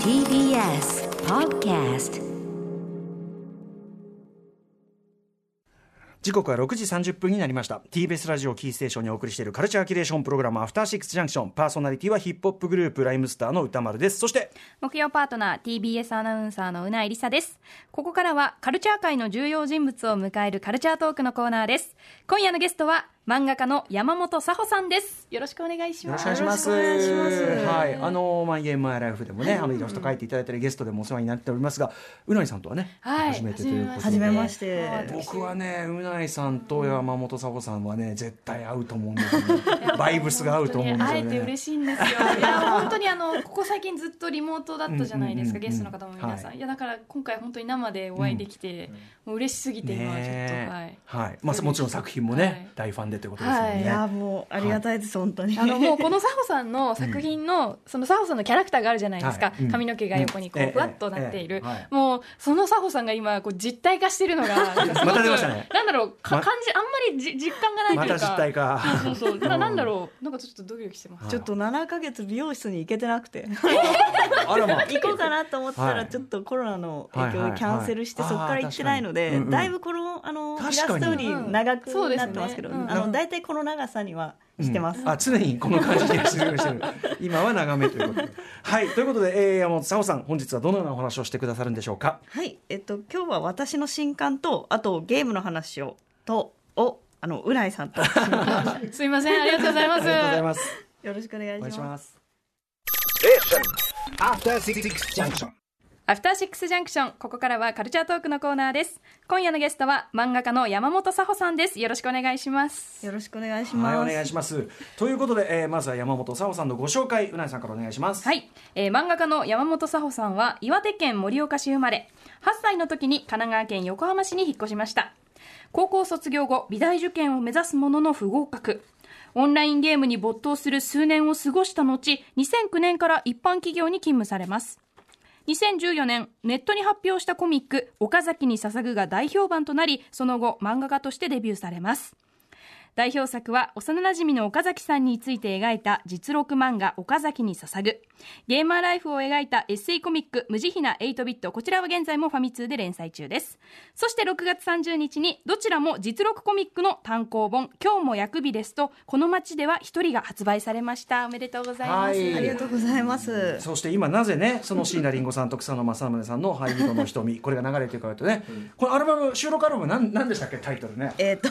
TBS Podcast 時刻は6時30分になりました TBS ラジオキーステーションにお送りしているカルチャーキュレーションプログラム「アフターシックスジャンクション」パーソナリティはヒップホップグループライムスターの歌丸ですそして木曜パートナー TBS アナウンサーのうないりさですここからはカルチャー界の重要人物を迎えるカルチャートークのコーナーです今夜のゲストは漫画家の山本佐穂さんですよろしくお願いしよろましくすお願いします。はい、あのマイゲームマイライフでもね、あのイラスト描いていただいたりゲストでもお世話になっておりますが、うないさんとはね、はい初めてということで。初めまして。僕はね、うないさんと山本佐保さんはね、絶対合うと思うんですよ ね。バイブスが合うと思うんですよね。会えて嬉しいん ですよ。いや本当にあのここ最近ずっとリモートだったじゃないですか、うんうんうんうんゲストの方も皆さん。、はいやだから今回本当に生でお会いできて、もう嬉しすぎて今はちょっと、ねえはい、まあ、もちろん作品もね、はい大ファンでということですもんはいね。やもうありがたいです、本当に。はい。あのもうこの佐穂さんの作品の、その佐穂さんのキャラクターがあるじゃないですか、はいうん髪の毛が横にこうんえうえふわっとなっている、ええはいもうその佐穂さんが今こう実体化してるのがなんかすごく また出ましたねなんだろうかま感じあんまりじ実感がないとまいうかた実体 化。そうそうななんだろうなんかちょっとドキドキしてます、はいちょっと7ヶ月美容室に行けてなくてあらま行こうかなと思ったはらいちょっとコロナの影響はいはいではいキャンセルしてあーそこから行ってないの確かでにうんうんだいぶこのあのイラ確スかにトより長くうんなってますけどそうですねあの大体この長さにはしてますうん。あ常にこの感じでしてるしてる今は長めということではいということで、えー、山本沙穂さん本日はどのようなお話をしてくださるんでしょうかはい、えっと今日は私の新刊とあとゲームの話をとをあのうないさんとよすいませんありがとうございまありがとうございますろしくお願おい願いしします。ます After Six Junction. アフターシックスジャンクションここからはカルチャートークのコーナーです今夜のゲストは漫画家の山本佐穂さんですよろしくお願いしますよろしくお願いしはいまおす。願いしますということで、えー、まずは山本沙穂さんのご紹介うないさんからお願いしますはい、えー漫画家の山本佐穂さんは岩手県盛岡市生まれ8歳の時に神奈川県横浜市に引っ越しました高校卒業後美大受験を目指すものの不合格オンラインゲームに没頭する数年を過ごした後2009年から一般企業に勤務されます2014年ネットに発表したコミック「岡崎に捧ぐ」が大評判となりその後漫画家としてデビューされます代表作は幼なじみの岡崎さんについて描いた実録漫画「岡崎に捧ぐ」ゲーマーライフを描いたエッセイコミック「無慈悲な8ビット」こちらは現在もファミ通で連載中ですそして6月30日にどちらも実録コミックの単行本「今日も薬日です」とこの街では一人が発売されましたおめでとうございます、はいありがとうございます。そして今なぜねその椎名林檎さんと草野正宗さんの「ハイビートの瞳」これが流れてるからとね、このアルバム収録アルバムなんなんでしたっけタイトルねえっ、と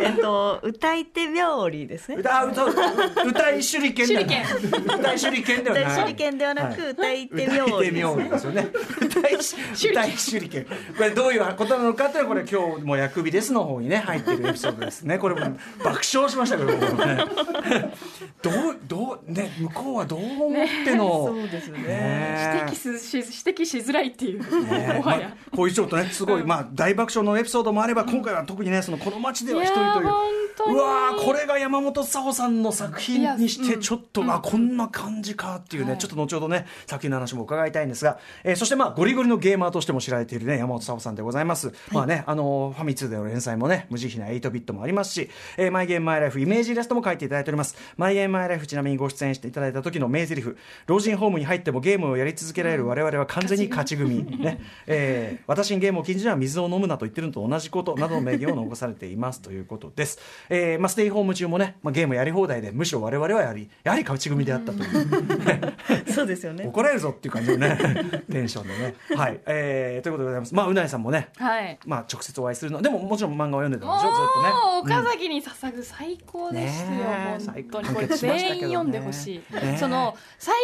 えっと歌い手病理ですね。歌歌歌い手裏剣だね歌い手裏剣ではない歌 い手裏剣ではなく、はい歌い手歌い手病理妙理ですよね。歌いし歌い手裏剣。これどういうことなのかっていうのはこれ今日も薬味ですの方にね入ってるエピソードですね。これも爆笑しましたけど僕も ね。どうどうね向こうはどう思っての。そうですねね指摘すし指摘しづらいっていう、ね もまはやあ、こういうちょっとねすごい、まあ、大爆笑のエピソードもあれば今回は特にねそのこの街では一人といいやー本当うにうわーこれが山本佐穂さんの作品にしいやてうんちょっと、あこんな感じかっていうね、はいちょっと後ほどね作品の話も伺いたいんですが、えーそしてまあゴリゴリのゲーマーとしても知られているね山本佐穂さんでございます、まあねあのーファミ通での連載もね無慈悲な8ビットもありますし「えー、マイ・ゲーム・マイ・ライフ」イメージイラストも書いていただいております「マイ・ゲーム・マイ・ライフ」ちなみにご出演していただいた時の名台詞老人ホームに入ってもゲームをやり続けられる我々は完全に勝ち組、ねえー私にゲームを禁じるのは水を飲むなと言ってるのと同じことなどの名言を残されていますということです、えーまあ、ステイホーム中もね、まあ、ゲームやり放題でむしろ我々はやりやはり勝ち組であったという。そうですよね。怒られるぞっていう感じのね テンションでね。はい、えー、ということでございます。まあうないさんもね、はいまあ直接お会いするのでももちろん漫画を読んでたんでしょずっとね。もううん岡崎に捧ぐ最高ですよ、ねえ本当に最高これ完結しましたけどね全員読んでほしい、ねえその最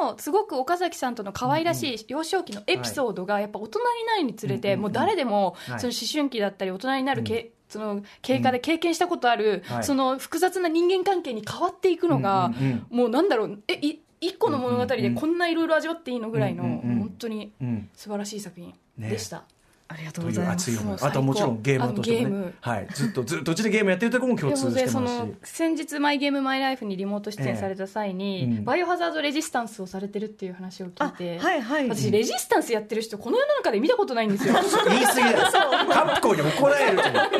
初のすごく岡崎さんとの可愛らしい幼少期のエピソードがやっぱ大人になるにつれて、はいもう誰でもそはいの思春期だったり大人になるけ、うその経過で経験したことある、はいその複雑な人間関係に変わっていくのが、うんうんもうなんだろうえい一個の物語でこんないろいろ味わっていいのぐらいの、うんうんうん本当にうん素晴らしい作品ねでした。ありがとうとごいざいうま熱す。い思いもう。最あ高とはもちろんゲーマーとしてあのもゲーねム。はい。ずっとずっとどっちでゲームやってるとこも共通してそますしの。先日「マイ・ゲーム・マイ・ライフ」にリモート出演された際に、ええうんバイオハザード・レジスタンスをされてるっていう話を聞いあて、はいはい。私レジスタンスやってる人この世の中で見たことないん ですよ言い過ぎだよ。カプコンに怒られると思う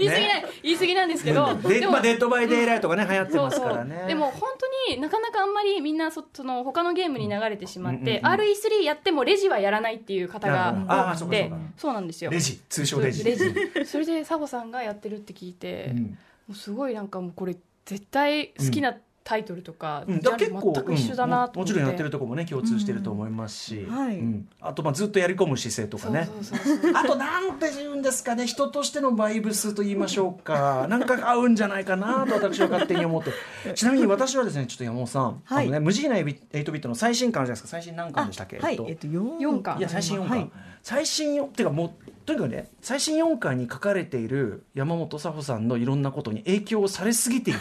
言い過ぎない、言い過ぎなんですけどで、でも、まあデッドバイデイライトがね流行ってそまうすそからうね。でも本になかなかあんまりみんなそその他のゲームに流れてしまっうんうんうて、ん RE3 やってもレジはやらないっていう方なるほどあがーそ多うかそくてうかそうなんですよレジ通称レジレジそれで佐保さんがやってるって聞いて、うもんうすごいなんかもうこれ絶対好きなタイトルとか、うん、ジだかャンらル結構全く一緒だなとうんも思ちって、ろんやってるとこもね共通してると思いますし、うんはいうんあとまあずっとやり込む姿勢とかねそうそうそうそうあとなんて言うんですかね人としてのバイブスと言いましょうかなんか合うんじゃないかなと私は勝手に思ってちなみに私はですねちょっと山本さん、はいあのね、無慈悲な8ビットの最新巻あるじゃないですか最新何巻でしたっけ、あはえっいとえっと四四巻いや最新4巻、はい最新4っていうかもうとにかくね最新4巻に書かれている山本佐穂さんのいろんなことに影響されすぎて いる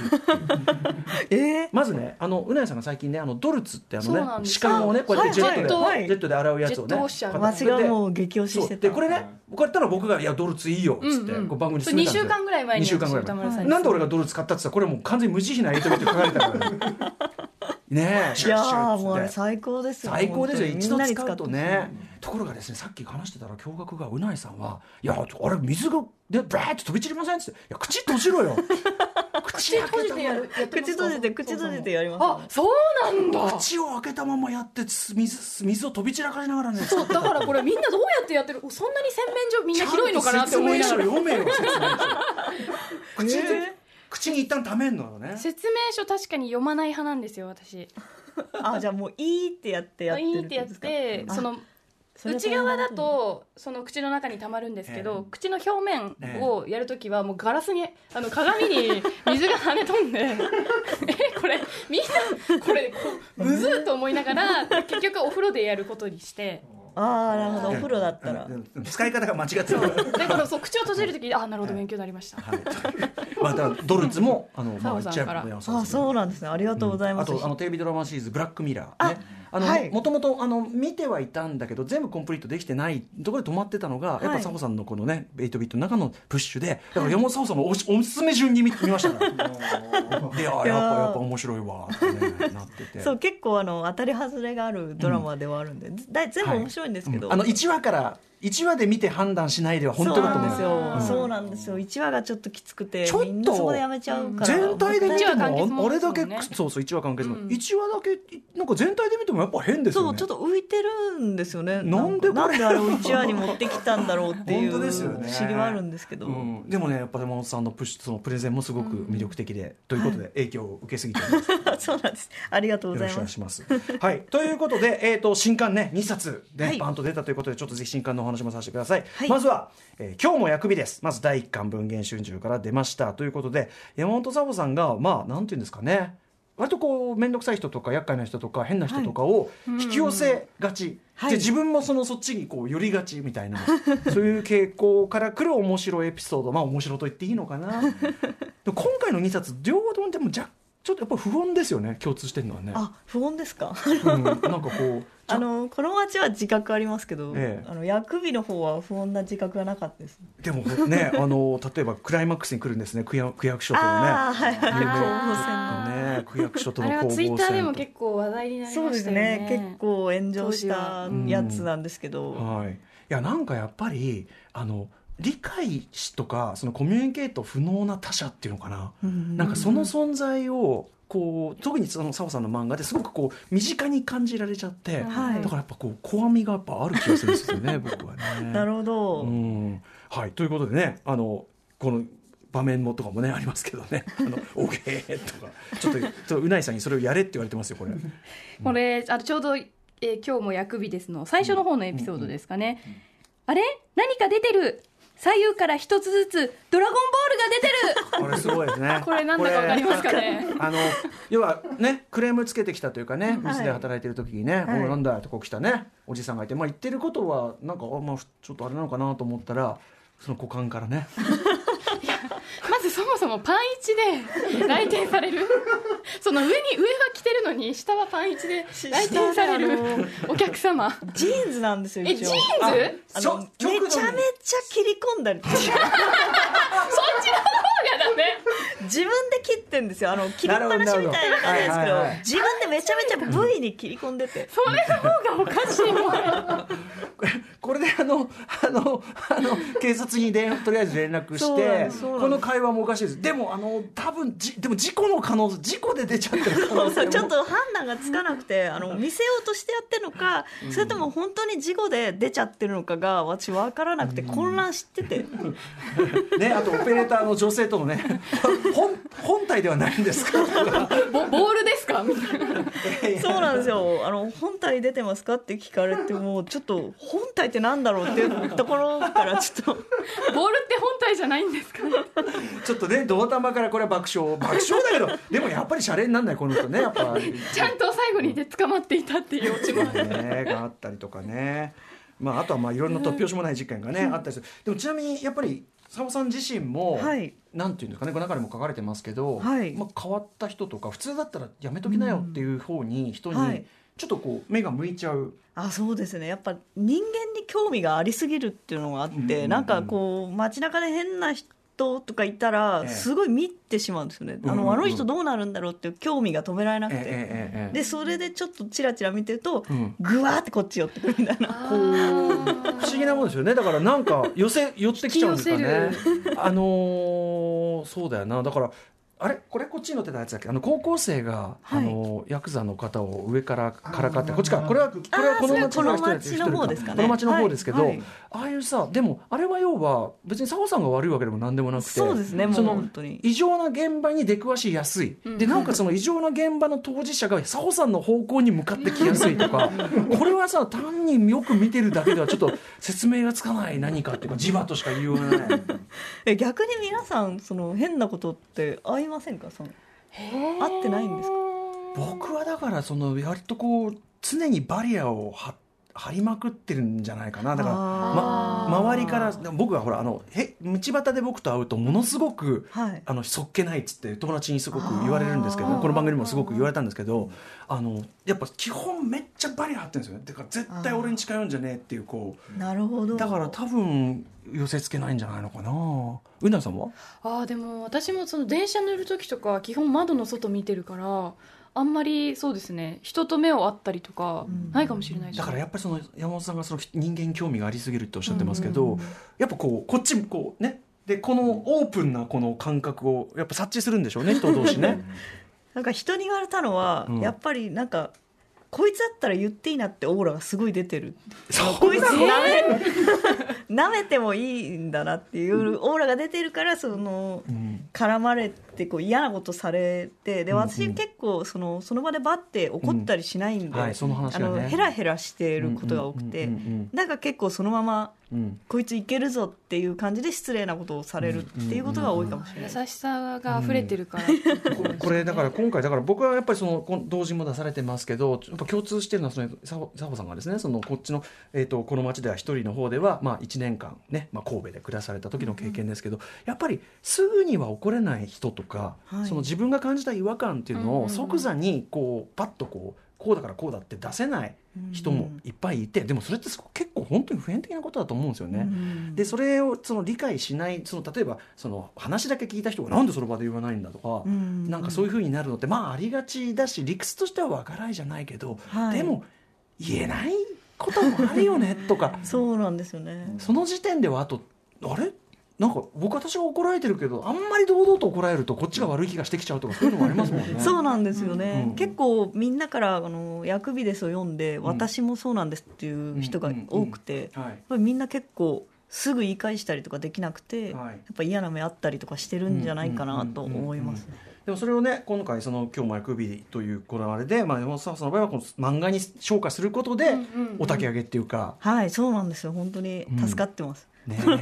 ええまずねあのうなやさんが最近ねあのドルツってあそうのなんねです歯間をねこうやってジェットで、はいはいはいジェットで洗うやつをジねェットウォッシャーのわしがもう激推しそしうてでたこれねこうやったら僕が「いやドルツいいよ」っつって、うんうんこう番組にそ進れめ2たんですよ週間ぐらい前に二週間ぐらい歌前丸さんになんで俺がドル使ったって言ったらこれもう完全に無慈悲なエイトビット書かれてたからねねえシいュやッシューッつってもうあれ最高ですよ最高ですよ一度本当に使うとみんなに使ってほしいねところがですねさっき話してたら驚愕がうないさんはいやあれ水がでブラーって飛び散りませんっつって「いや口閉じ ろよ口口開けた閉じてやるやってます口閉じて口閉じてやりますあそうなんだ口を開けたままやってつ水水を飛び散らかしながらねそうだからこれみんなどうやってやってるそんなに洗面所みんな広いのかなって思いながちゃらんと説明書読めよ説明書口 で、えー口に一旦溜めんのよね説明書確かに読まない派なんですよ私あじゃあもういいってやってやっいているっんてやっですかてそのそれは内大変側だことにとその口の中にたまるんですけど、ええ口の表面をやるときはもうガラスにあの鏡に水が跳ね飛ん でえこれみんなこれこむずっと思いながら結局お風呂でやることにしてああなるほどお風呂だったらうんうん使い方が間違ってるそうだからそう口を閉じるときにあなるほど勉強になりました、はい、またドルツもあの、ま澤あ、さん一応から山本さんあですけどそうなんですねありがとうございますあとあのテレビドラマシリーズ「ブラックミラーね」あのはいもともとあの見てはいたんだけど全部コンプリートできてないところで止まってたのが、やっぱはい佐保さんのこのね8ビットの中のプッシュでだから山本佐保さんもおしおすすめ順に見見ました からであやっぱやっぱ面白いわってねなっててそう結構あの当たり外れがあるドラマではあるんで、だい全部面白いんですけど、うんあの1話から1話で見て判断しないでは本当だと思うそうなんうでんすよ、そうなんですよ1話がちょっときつくてちょっとみんなそこでやめちゃうから全体で見て一話完結ももんあれだけですもんねそうそう一話完結もうん一話だけなんか全体で見てもやっぱ変ですそようねちょっと浮いてるんですよねなんでなこんれであれを1話に持ってきたんだろうっていう本当ですよね不思議はあるんですけど、うん、でもねやっぱ山本さんのプッシュそのプレゼンもすごく魅力的で、ということで影響を受けすぎております。 そうなんですありがとうごよざろいしくお願まいすします。はい、ということで、えー、と新刊ね2冊で、はいバンと出たということでちょっとぜひ新刊のお話もさせてください。はいまずは、えー今日も薬味です」まず第1巻文言春秋から出ましたということで山本佐保さんがまあなんていうんですかね割とこう面倒くさい人とか厄介な人とか変な人とかを引き寄せがち、はいで自分もそのそっちにこう寄りがちみたいなそういう傾向からくる面白いエピソードまあ面白と言っていいのか なでも今回の2冊両方ともでも若ちょっとやっぱ不穏ですよね共通してるのはね。あ不穏ですかうんなんかこう、あのこの町は自覚ありますけど、ええあの薬味の方は不穏な自覚がなかったですでもね、 あの例えばクライマックスに来るんですね、区役区役所とあのあはいはい有名あね。ね、区役所とあのれは攻防ツイ戦ッターでも結構話題になりましたそようねですね結構炎上したやつなんですけど、はい。いやなんかやっぱりあの理解しとかそのコミュニケート不能な他者っていうのかな。うんなんかその存在をこう特にその澤さんの漫画ですごくこう身近に感じられちゃって、はいだからやっぱこう怖みがやっぱある気がするんですよね、僕 はね。なるほど、うんはい、ということでねあのこの場面もとかもねありますけどね 「あのおげー」とかちょっとちょっとうないさんにそれをやれって言われてますよ これ。これあのちょうど、えー今日も薬日です」の最初の方のエピソードですかね、あれ何か出てる左右から一つずつドラゴンボーこルが出てるれすごいですねこれなんだかわかりますかねあの要はねクレームつけてきたというかね店で働いてる時にね「はいおいなんだ?」とこう来たねおじさんがいて、まあ、言ってることはなんかあ、まあ、ちょっとあれなのかなと思ったらその股間からねまずそもそもパン一で来店されるその上に上は着てるのに下はパン一で来店され る下はあのお客様ジーンズなんですよえ一応ジーンズあそのうめちゃめちゃ切り込んだりそっちの方がダメ 自分で切ってんですよあの切りっぱなしみたいな感じですなけるほどはいはど、いはい自分でめちゃめちゃ部位に切り込んでて、それの方がおかしいもん これであのあのあの警察に電話とりあえず連絡しそうなんてですそうなんですこの会話もおかしいですでもあの多分じでも事故の可能性事故で出ちゃってる可能性もちょっと判断がつかなくてあの見せようとしてやってるのか、それとも本当に事故で出ちゃってるのかが私分からなくて混乱してて、ねあとオペレーターの女性とのね 本本体ではないんですか ボボールですか みたいなそうなんですよあの本体出てますかって聞かれてもうちょっと本体ってなんだろうっていうところからちょっ と。ボールって本体じゃないんですかねちょっとね道端場からこれは爆笑爆笑だけどでもやっぱりシャレになんないこの人ねやっぱちゃんと最後にで捕まっていたっていうオチも ねがあったりとか ね、まあ、あとはまあいろんな突拍子もない事件がね、あったりするでもちなみにやっぱり佐野さん自身も、はいなんていうんですかねこの中でも書かれてますけど、はいまあ、変わった人とか普通だったらやめときなよっていう方に人に、はいちょっとこう目が向いちゃうあそうですねやっぱ人間に興味がありすぎるっていうのがあって、うんうんうんなんかこう街中で変な人とかいたらええすごい見てしまうんですよね、あうんうんうのんあの人どうなるんだろうっていう興味が止められなくえて、えええええでそれでちょっとチラチラ見てると、うんぐわーってこっち寄ってくるみたいな。こう不思議なもんですよねだからなん か寄せ寄ってきちゃうんですかね引きあのーそうだよなだからあれこれこっちに乗ってたやつだっけあの高校生が、はいあのーヤクザの方を上からからかってこっちかこれはこれはあーこの町それはこの人たち町の方ですかねこの町の方ですけど、はいはいああいうさでもあれは要は別に佐保さんが悪いわけでも何でもなくてそうですねもそうの本当に異常な現場に出くわしやすい、うんでなおかつその異常な現場の当事者が佐保さんの方向に向かってきやすいとか、これはさ単によく見てるだけではちょっと説明がつかない何かっていうか磁場としか言いようがない。え逆に皆さんその変なことって合いませんかその合ってないんですか僕はだからその割とこう常にバリアを張張りまくってるんじゃないかなだからあーま周りから僕はほらあのへ道端で僕と会うとものすごくはいあのそっけないっつって友達にすごく言われるんですけあどーこの番組もすごく言われたんですけどあのやっぱ基本めっちゃバリア張ってるんですよねだから絶対俺に近寄んじゃねえっていうこなるほうどだから多分寄せつけないんじゃないのかなうなさんはあーでも私もその電車乗る時とか基本窓の外見てるからあんまりそうですね人と目を合ったりとかうんないかもしれないですだからやっぱりその山本さんがその人間に興味がありすぎるっておっしゃってますけど、やっぱこうこっちもこうねでこのオープンなこの感覚をやっぱ察知するんでしょうね人同士ね。なんか人に言われたのは、うんやっぱりなんかこいつだったら言っていいなってオーラがすごい出てるそこういつ舐め,、舐めてもいいんだなっていうオーラが出てるからそのうん絡まれてこう嫌なことされてでうんうん私結構そのその場でバッて怒ったりしないんで、はいその話あがのね。ヘラヘラしてることが多くて、うんうんなんか結構そのままうんうんこいついけるぞっていう感じで失礼なことをされるっていうことが多いかもしれない。優しさが溢れてるから、こ これだから今回だから僕はやっぱりそのこの同時も出されてますけどやっぱ共通してるのはそのサホサホさんがですねそのこっちの、えー、とこの町では一人の方では、まあ、1年間ね、まあ、神戸で暮らされた時の経験ですけど、やっぱりすぐには怒れない人とか、はいその自分が感じた違和感っていううんうんのうをん即座にこうパッとこうこうだからこうだって出せない人もいっぱいいて、でもそれってすごく結構本当に普遍的なことだと思うんですよね。うんでそれをその理解しないその例えばその話だけ聞いた人がなんでその場で言わないんだとか、うんなんかそういうふうになるのってまあありがちだし理屈としては分からないじゃないけど、はいでも言えないこともあるよねとか そうなんですよね。その時点ではあとあれなんか僕私が怒られてるけどあんまり堂々と怒られるとこっちが悪い気がしてきちゃうとかそういうのもありますもんね。 そうなんですよね、うん結構みんなからあの「薬味です」を読んで、ん私もそうなんです」っていう人が多くて、やっはいぱりみんな結構すぐ言い返したりとかできなくて、はいやっぱ嫌な目あったりとかしてるんじゃないかなと思いますね。でもそれをね今回その今日も薬日というこれあれで、まあ、山本さんの場合はこの漫画に昇華することでお焚き上げっていうか、はいそうなんですよ本当にうん助かってます、 ね 必ず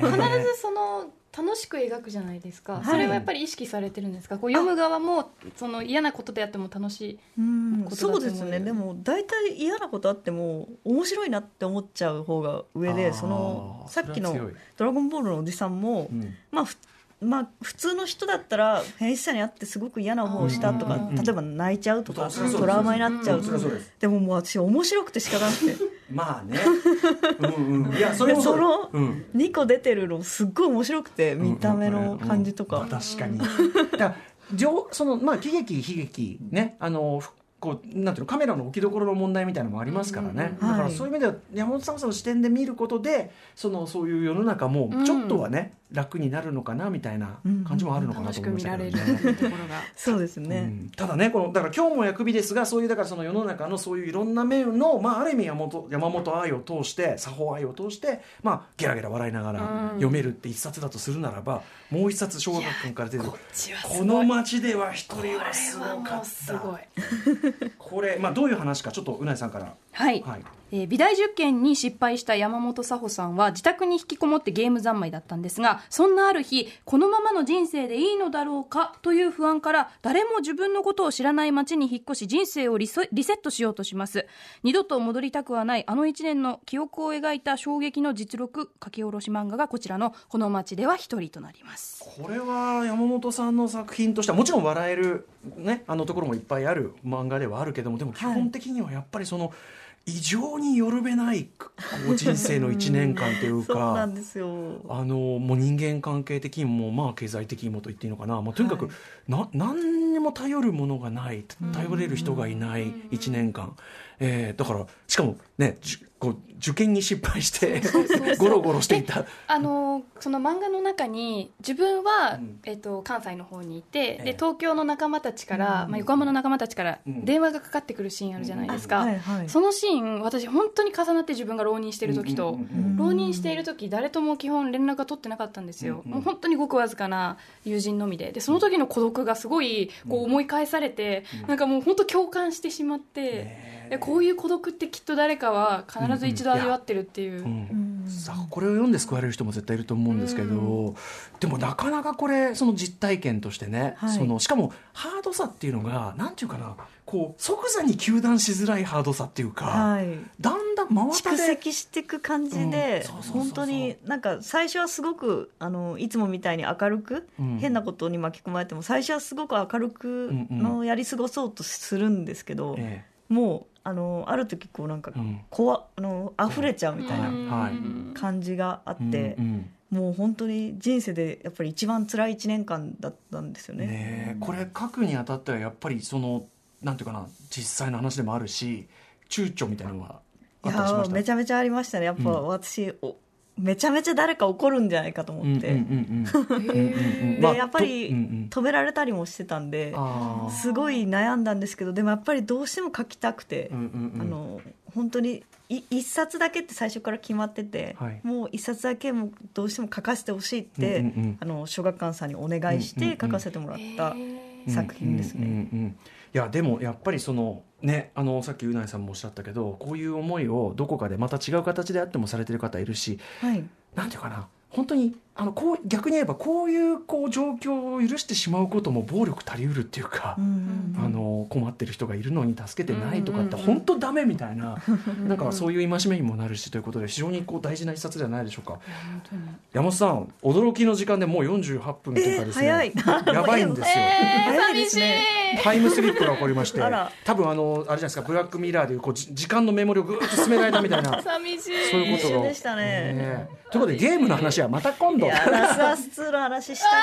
その楽しく描くじゃないですか、はいそれはやっぱり意識されてるんですかこう読む側もその嫌なことであっても楽しいうんことだとそ思ううよですねでも大体嫌なことあっても面白いなって思っちゃう方が上あでーそのさっきのそれは強い「ドラゴンボール」のおじさんも、うんまあふまあ、普通の人だったら変質者に会ってすごく嫌な思いをしたとかうんうんうん例えば泣いちゃうとかそうそうそうトラウマになっちゃううんそりゃそうですでももう私面白くて仕方 なくてまあね。うんうん。いや、それもうでそのうん。 2個出てるのすっごい面白くて見た目の感じとうんかうんうん確かに。だから情そのまあ喜劇悲劇ねあのふこうなんていうのカメラの置きどころの問題みたいなのもありますからね、うんうんだからはいそういう意味では山本さんの視点で見ることでそのそういう世の中もちょっとはね、楽になるのかなみたいな感じもあるのかな楽とし思いまくし見たらけれるどとね。いうところが。そうですうね。んただねこのだから今日も薬日ですがそういうだからその世の中のそういういろんな面の、まあ、ある意味山本山本愛を通して作法愛を通して、まあ、ゲラゲラ笑いながらうん読めるって一冊だとするならば、もう一冊小学君から出てるこっちはすごこいの町では一これ人はすごはかもうすごっいたこれ、まあ、どういう話かちょっとうなぎさんから、はい、はい、えー美大受験に失敗した山本佐穂さんは自宅に引きこもってゲーム三昧だったんですがそんなある日このままの人生でいいのだろうかという不安から誰も自分のことを知らない町に引っ越し人生をリソリセットしようとします二度と戻りたくはないあの一年の記憶を描いた衝撃の実録書き下ろし漫画がこちらの「この町では一人」となりますこれは山本さんの作品としてはもちろん笑える、ね、あのところもいっぱいある漫画ではあるけどもでも基本的にはやっぱりその、異常によるべないこう人生 の1年間というそうなかん。ですよ。あのもう人間関係的にもまあ経済的にもと言っていいのかな、まあ、とにかく、はいな何にも頼るものがない頼れる人がいない1年間、えーだからしかもねじゅこう受験に失敗してそう ゴロゴロしていた。あのーその漫画の中に自分は、うんえっと関西の方にいて、ええで東京の仲間たちから、うんまあ、横浜の仲間たちからうん電話がかかってくるシーンあるじゃないですか、はいはい。そのシーン私本当に重なって自分が浪人してる時うと。んうんうんうん浪人している時誰とも基本連絡が取ってなかったんですよ、うんうんもう本当にごくわずかな友人のみででその時の孤独がすごいこう思い返されて、うんなんかもう本当共感してしまって、ねえでこういう孤独ってきっと誰かは必ず一度うんうん味わってるっていう、うんうんさあこれを読んで救われる人も絶対いると思うんですけど、うでもなかなかこれその実体験としてね、はいそのしかもハードさっていうのがなんていうかなこう即座に糾弾しづらいハードさっていうか、はい。だんだん真蓄綿で積していく感じで、うんそうそうそうそう本当になんか最初はすごくあのいつもみたいに明るく、うん変なことに巻き込まれても最初はすごく明るくうんうんのやり過ごそうとするんですけど、えもうあのある時こうなんかえうんこわあの溢れちゃうみたいなうんはい感じがあってう、んもう本当に人生でやっぱり一番辛い一年間だったんですようんね。ねえこれ書くにあたってはやっぱりそのなんていうかな実際の話でもあるし躊躇みたいなのがいあっやたりしましたーめちゃめちゃありましたねやっぱうん私、おめちゃめちゃ誰か怒るんじゃないかと思って、うんうんうんうんへうん えうんうんでまあやっぱりとうんうん止められたりもしてたんで。あーすごい悩んだんですけどでもやっぱりどうしても書きたくて、うんうんうんあの本当にい一冊だけって最初から決まってて、はいもう一冊だけもうどうしても書かせてほしいって、うんうんうんあの小学館さんにお願いしうんうんうてん書かせてもらった作品ですね。うんうんうんうんいやでもやっぱりそのねあのさっきうないさんもおっしゃったけどこういう思いをどこかでまた違う形であってもされてる方いるしはい、なんていうかな本当にあのこう逆に言えばこういうこう状況を許してしまうことも暴力足りうるっていうか。うんあの困ってる人がいるのに助けてないとかってうんうん本当ダメみたいな、なんかそういう戒めにもなるしということで非常にこう大事な一冊じゃないでしょうか本当に山本さん驚きの時間でもう48分経え過ーですね、早いやばいんですよ、え ー、早いで寂しすい、ねタイムスリップが起こりましてあら多分あのあれじゃないですかブラックミラーでいうこうじ時間のメモリをぐーっと進められたみたい な寂しいそういうこと一が緒でしたねねえということでゲームの話はまた今い度やラスアス2の話したか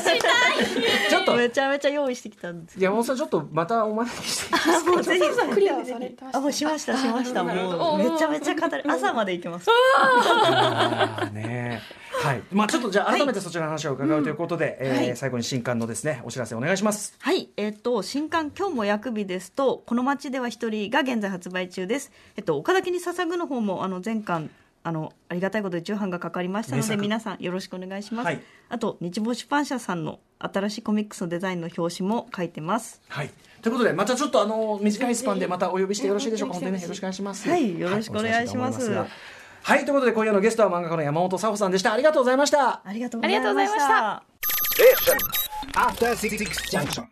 ったですねちょっと めちゃめちゃ用意してきたんです山本さんちょっとまたお招きしてあ もうぜひクリアはされてましたあもうしましたしましたなるほどもうなるほどめちゃめちゃ語る朝まで行きますあーねはいまあちょっとじゃあ改めてそちらの話を伺うということで、えーはい最後に新刊のですねお知らせお願いしますはい、えっ、と新刊今日も薬日ですとこの街では一人が現在発売中です。えっと岡崎に捧ぐの方もあの前巻あのありがたいことで重版がかかりました名ので作皆さんよろしくお願いします。はいあと日没出版社さんの新しいコミックスのデザインの表紙も書いてます。はいということでまたちょっとあの短いスパンでまたお呼びしてよろしいでしょうか本当にねよろしくお願いしますはいよろしくお願いしますはお忙と思がはいということで今夜のゲストは漫画家の山本佐穂さんでしたありがとうございましたありがとうございました After Six Junction.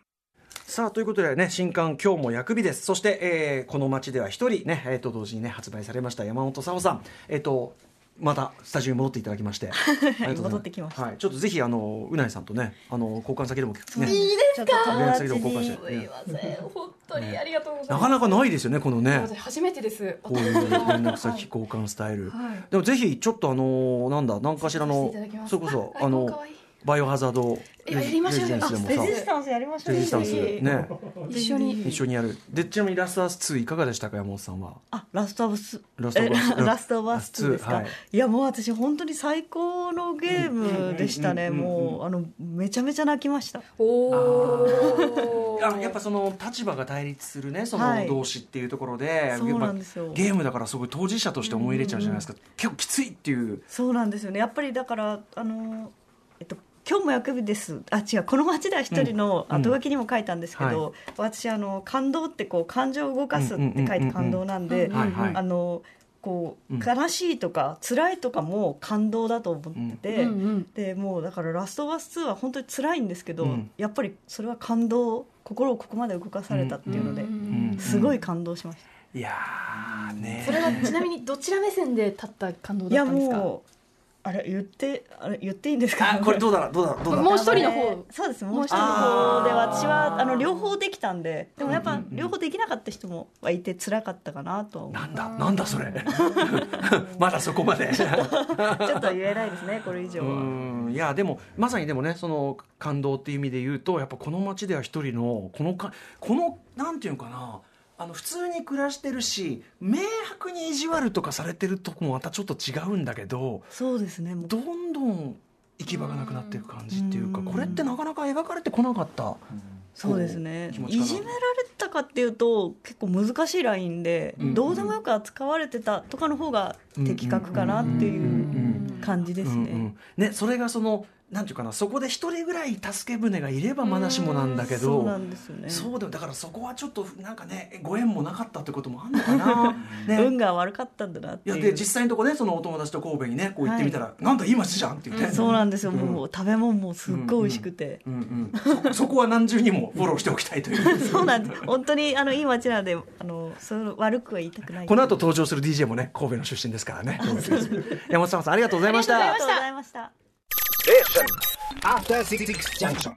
さあということでね新刊「今日も薬日」ですそして、えーこの街では一人ね、えーと同時にね発売されました山本沙緒さんえっ、とまたスタジオに戻っていただきまして、ありがとうございす戻ってきましたはい、ちょっとぜひあのうないさんとねあの交換先でも、ね、いですか。ちょっと友達連絡先でも交換にしすいません本当にありがとうございなまかなかないですよねこのす、ね初めてですこういう連絡先交換スタイル、はいでもぜひちょっとあのなんだ何かしらさせのていただきますそれこそああアイコンの可愛いバイオハザードえやりましょうよレジデンスでもあさレレジジススタタンスやりましょレうジスタンスね一緒に一緒にやるでちなみにラストアース2いかがでしたか山本さんはあラストオブスラストオブアスえラストオブアス2ですか、はいい、やもう私本当に最高のゲームでしたね、うんうんうんうんもうあのめちゃめちゃ泣きましたおおあやっぱその立場が対立するねそのはい同士っていうところで、そうなんですよやっぱゲームだからすごい当事者として思い入れちゃうじゃないですか、結構きついっていうそうなんですよねやっぱりだからあのえっと今日も役日ですあ違うこの街では一人のうん後書きにも書いたんですけうんど、私あの感動ってこう感情を動かすって書いて感動なんで、うんはいはいあのこううん悲しいとか辛いとかも感動だと思ってて、うんうんでもうだから「ラストバス2」は本当に辛いんですけど、うんやっぱりそれは感動心をここまで動かされたっていうので、んすごい感動しました。いやーねそれはちなみにどちら目線で立った感動いだやったんですかもうあれ言ってあれ言っていいんですあかこれどうだろうどうだろうどうだろうもう一人の方そうですもう一人のあー方で私はあの両方できたんででもやっうんぱうんうん両方できなかった人もいて辛かったかなとは 思なんだなんだそれ まだそこまでうちょっと言えないですねこれ以上うはんいやでもまさにでもねその感動っていう意味で言うとやっぱこの街では一人のこのかこのなんていうのかなあの普通に暮らしてるし明白に意地悪とかされてるとこもまたちょっと違うんだけどそうですねもうどんどん行き場がなくなっていく感じっていうかうんこれってなかなか描かれてこなかったそうですね気持ちかないじめられたかっていうと結構難しいラインでうんどうでもよく扱われてたとかの方が的確かなってんんいうんう感じですうんうねんねそれがそのなんていうかなそこで一人ぐらい助け舟がいればまだしもなんだけどそうなんですよねそうでもだからそこはちょっとなんかねご縁もなかったってこともあるのか な。ね運が悪かったんだなっいてやいでう実際のとこねそのお友達と神戸にねこう行ってみたら、なんだ今すじゃんっていうね。そうなんですようんもう食べ物もすっごい美味しくてうんうん、そ そこは何重にもフォローしておきたいと いう。そうなんです。本当にあのいい街なので、あのその悪くは言いたくない。この後登場する DJ もね神戸の出身ですからね。山本さんありがとうございました。ありがとうございました。 After Six Junction.